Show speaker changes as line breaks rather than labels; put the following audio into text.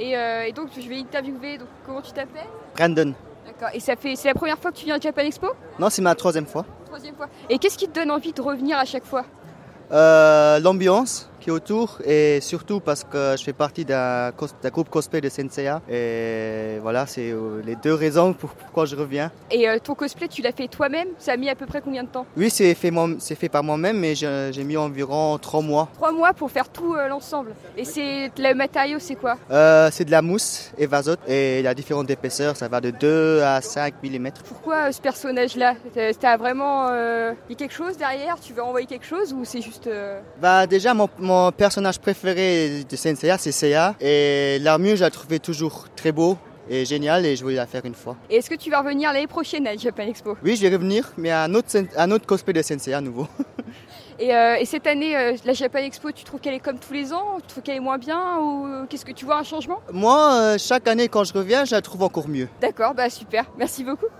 Et, euh, et donc, je vais interviewer. Donc, comment tu t'appelles
Brandon.
D'accord. Et ça fait, c'est la première fois que tu viens à Japan Expo
Non, c'est ma troisième fois.
Troisième fois. Et qu'est-ce qui te donne envie de revenir à chaque fois
Euh, L'ambiance qui est autour et surtout parce que je fais partie d'un cos- d'un groupe cosplay de Senseiya. Et voilà, c'est euh, les deux raisons pour pourquoi je reviens.
Et euh, ton cosplay, tu l'as fait toi-même Ça a mis à peu près combien de temps
Oui, c'est fait, moi- c'est fait par moi-même, mais je- j'ai mis environ trois mois.
Trois mois pour faire tout euh, l'ensemble. Et c'est le matériau, c'est quoi
Euh, c'est de la mousse et vasote et il y a différentes épaisseurs, ça va de 2 à 5 mm.
Pourquoi euh, ce personnage-là T'as- T'as vraiment euh, mis quelque chose derrière Tu veux envoyer quelque chose ou c'est juste euh,
Bah déjà mon, mon personnage préféré de Senseiya c'est Seiya et l'armure je la trouvais toujours très beau et génial et je voulais la faire une fois.
Et est-ce que tu vas revenir l'année prochaine à Japan Expo
Oui je vais revenir mais à un autre, Sen- un autre cosplay de Senseiya à nouveau.
et, euh, et cette année, euh, la Japan Expo, tu trouves qu'elle est comme tous les ans Tu trouves qu'elle est moins bien Ou euh, qu'est-ce que tu vois un changement
Moi euh, chaque année quand je reviens je la trouve encore mieux.
D'accord, bah super, merci beaucoup.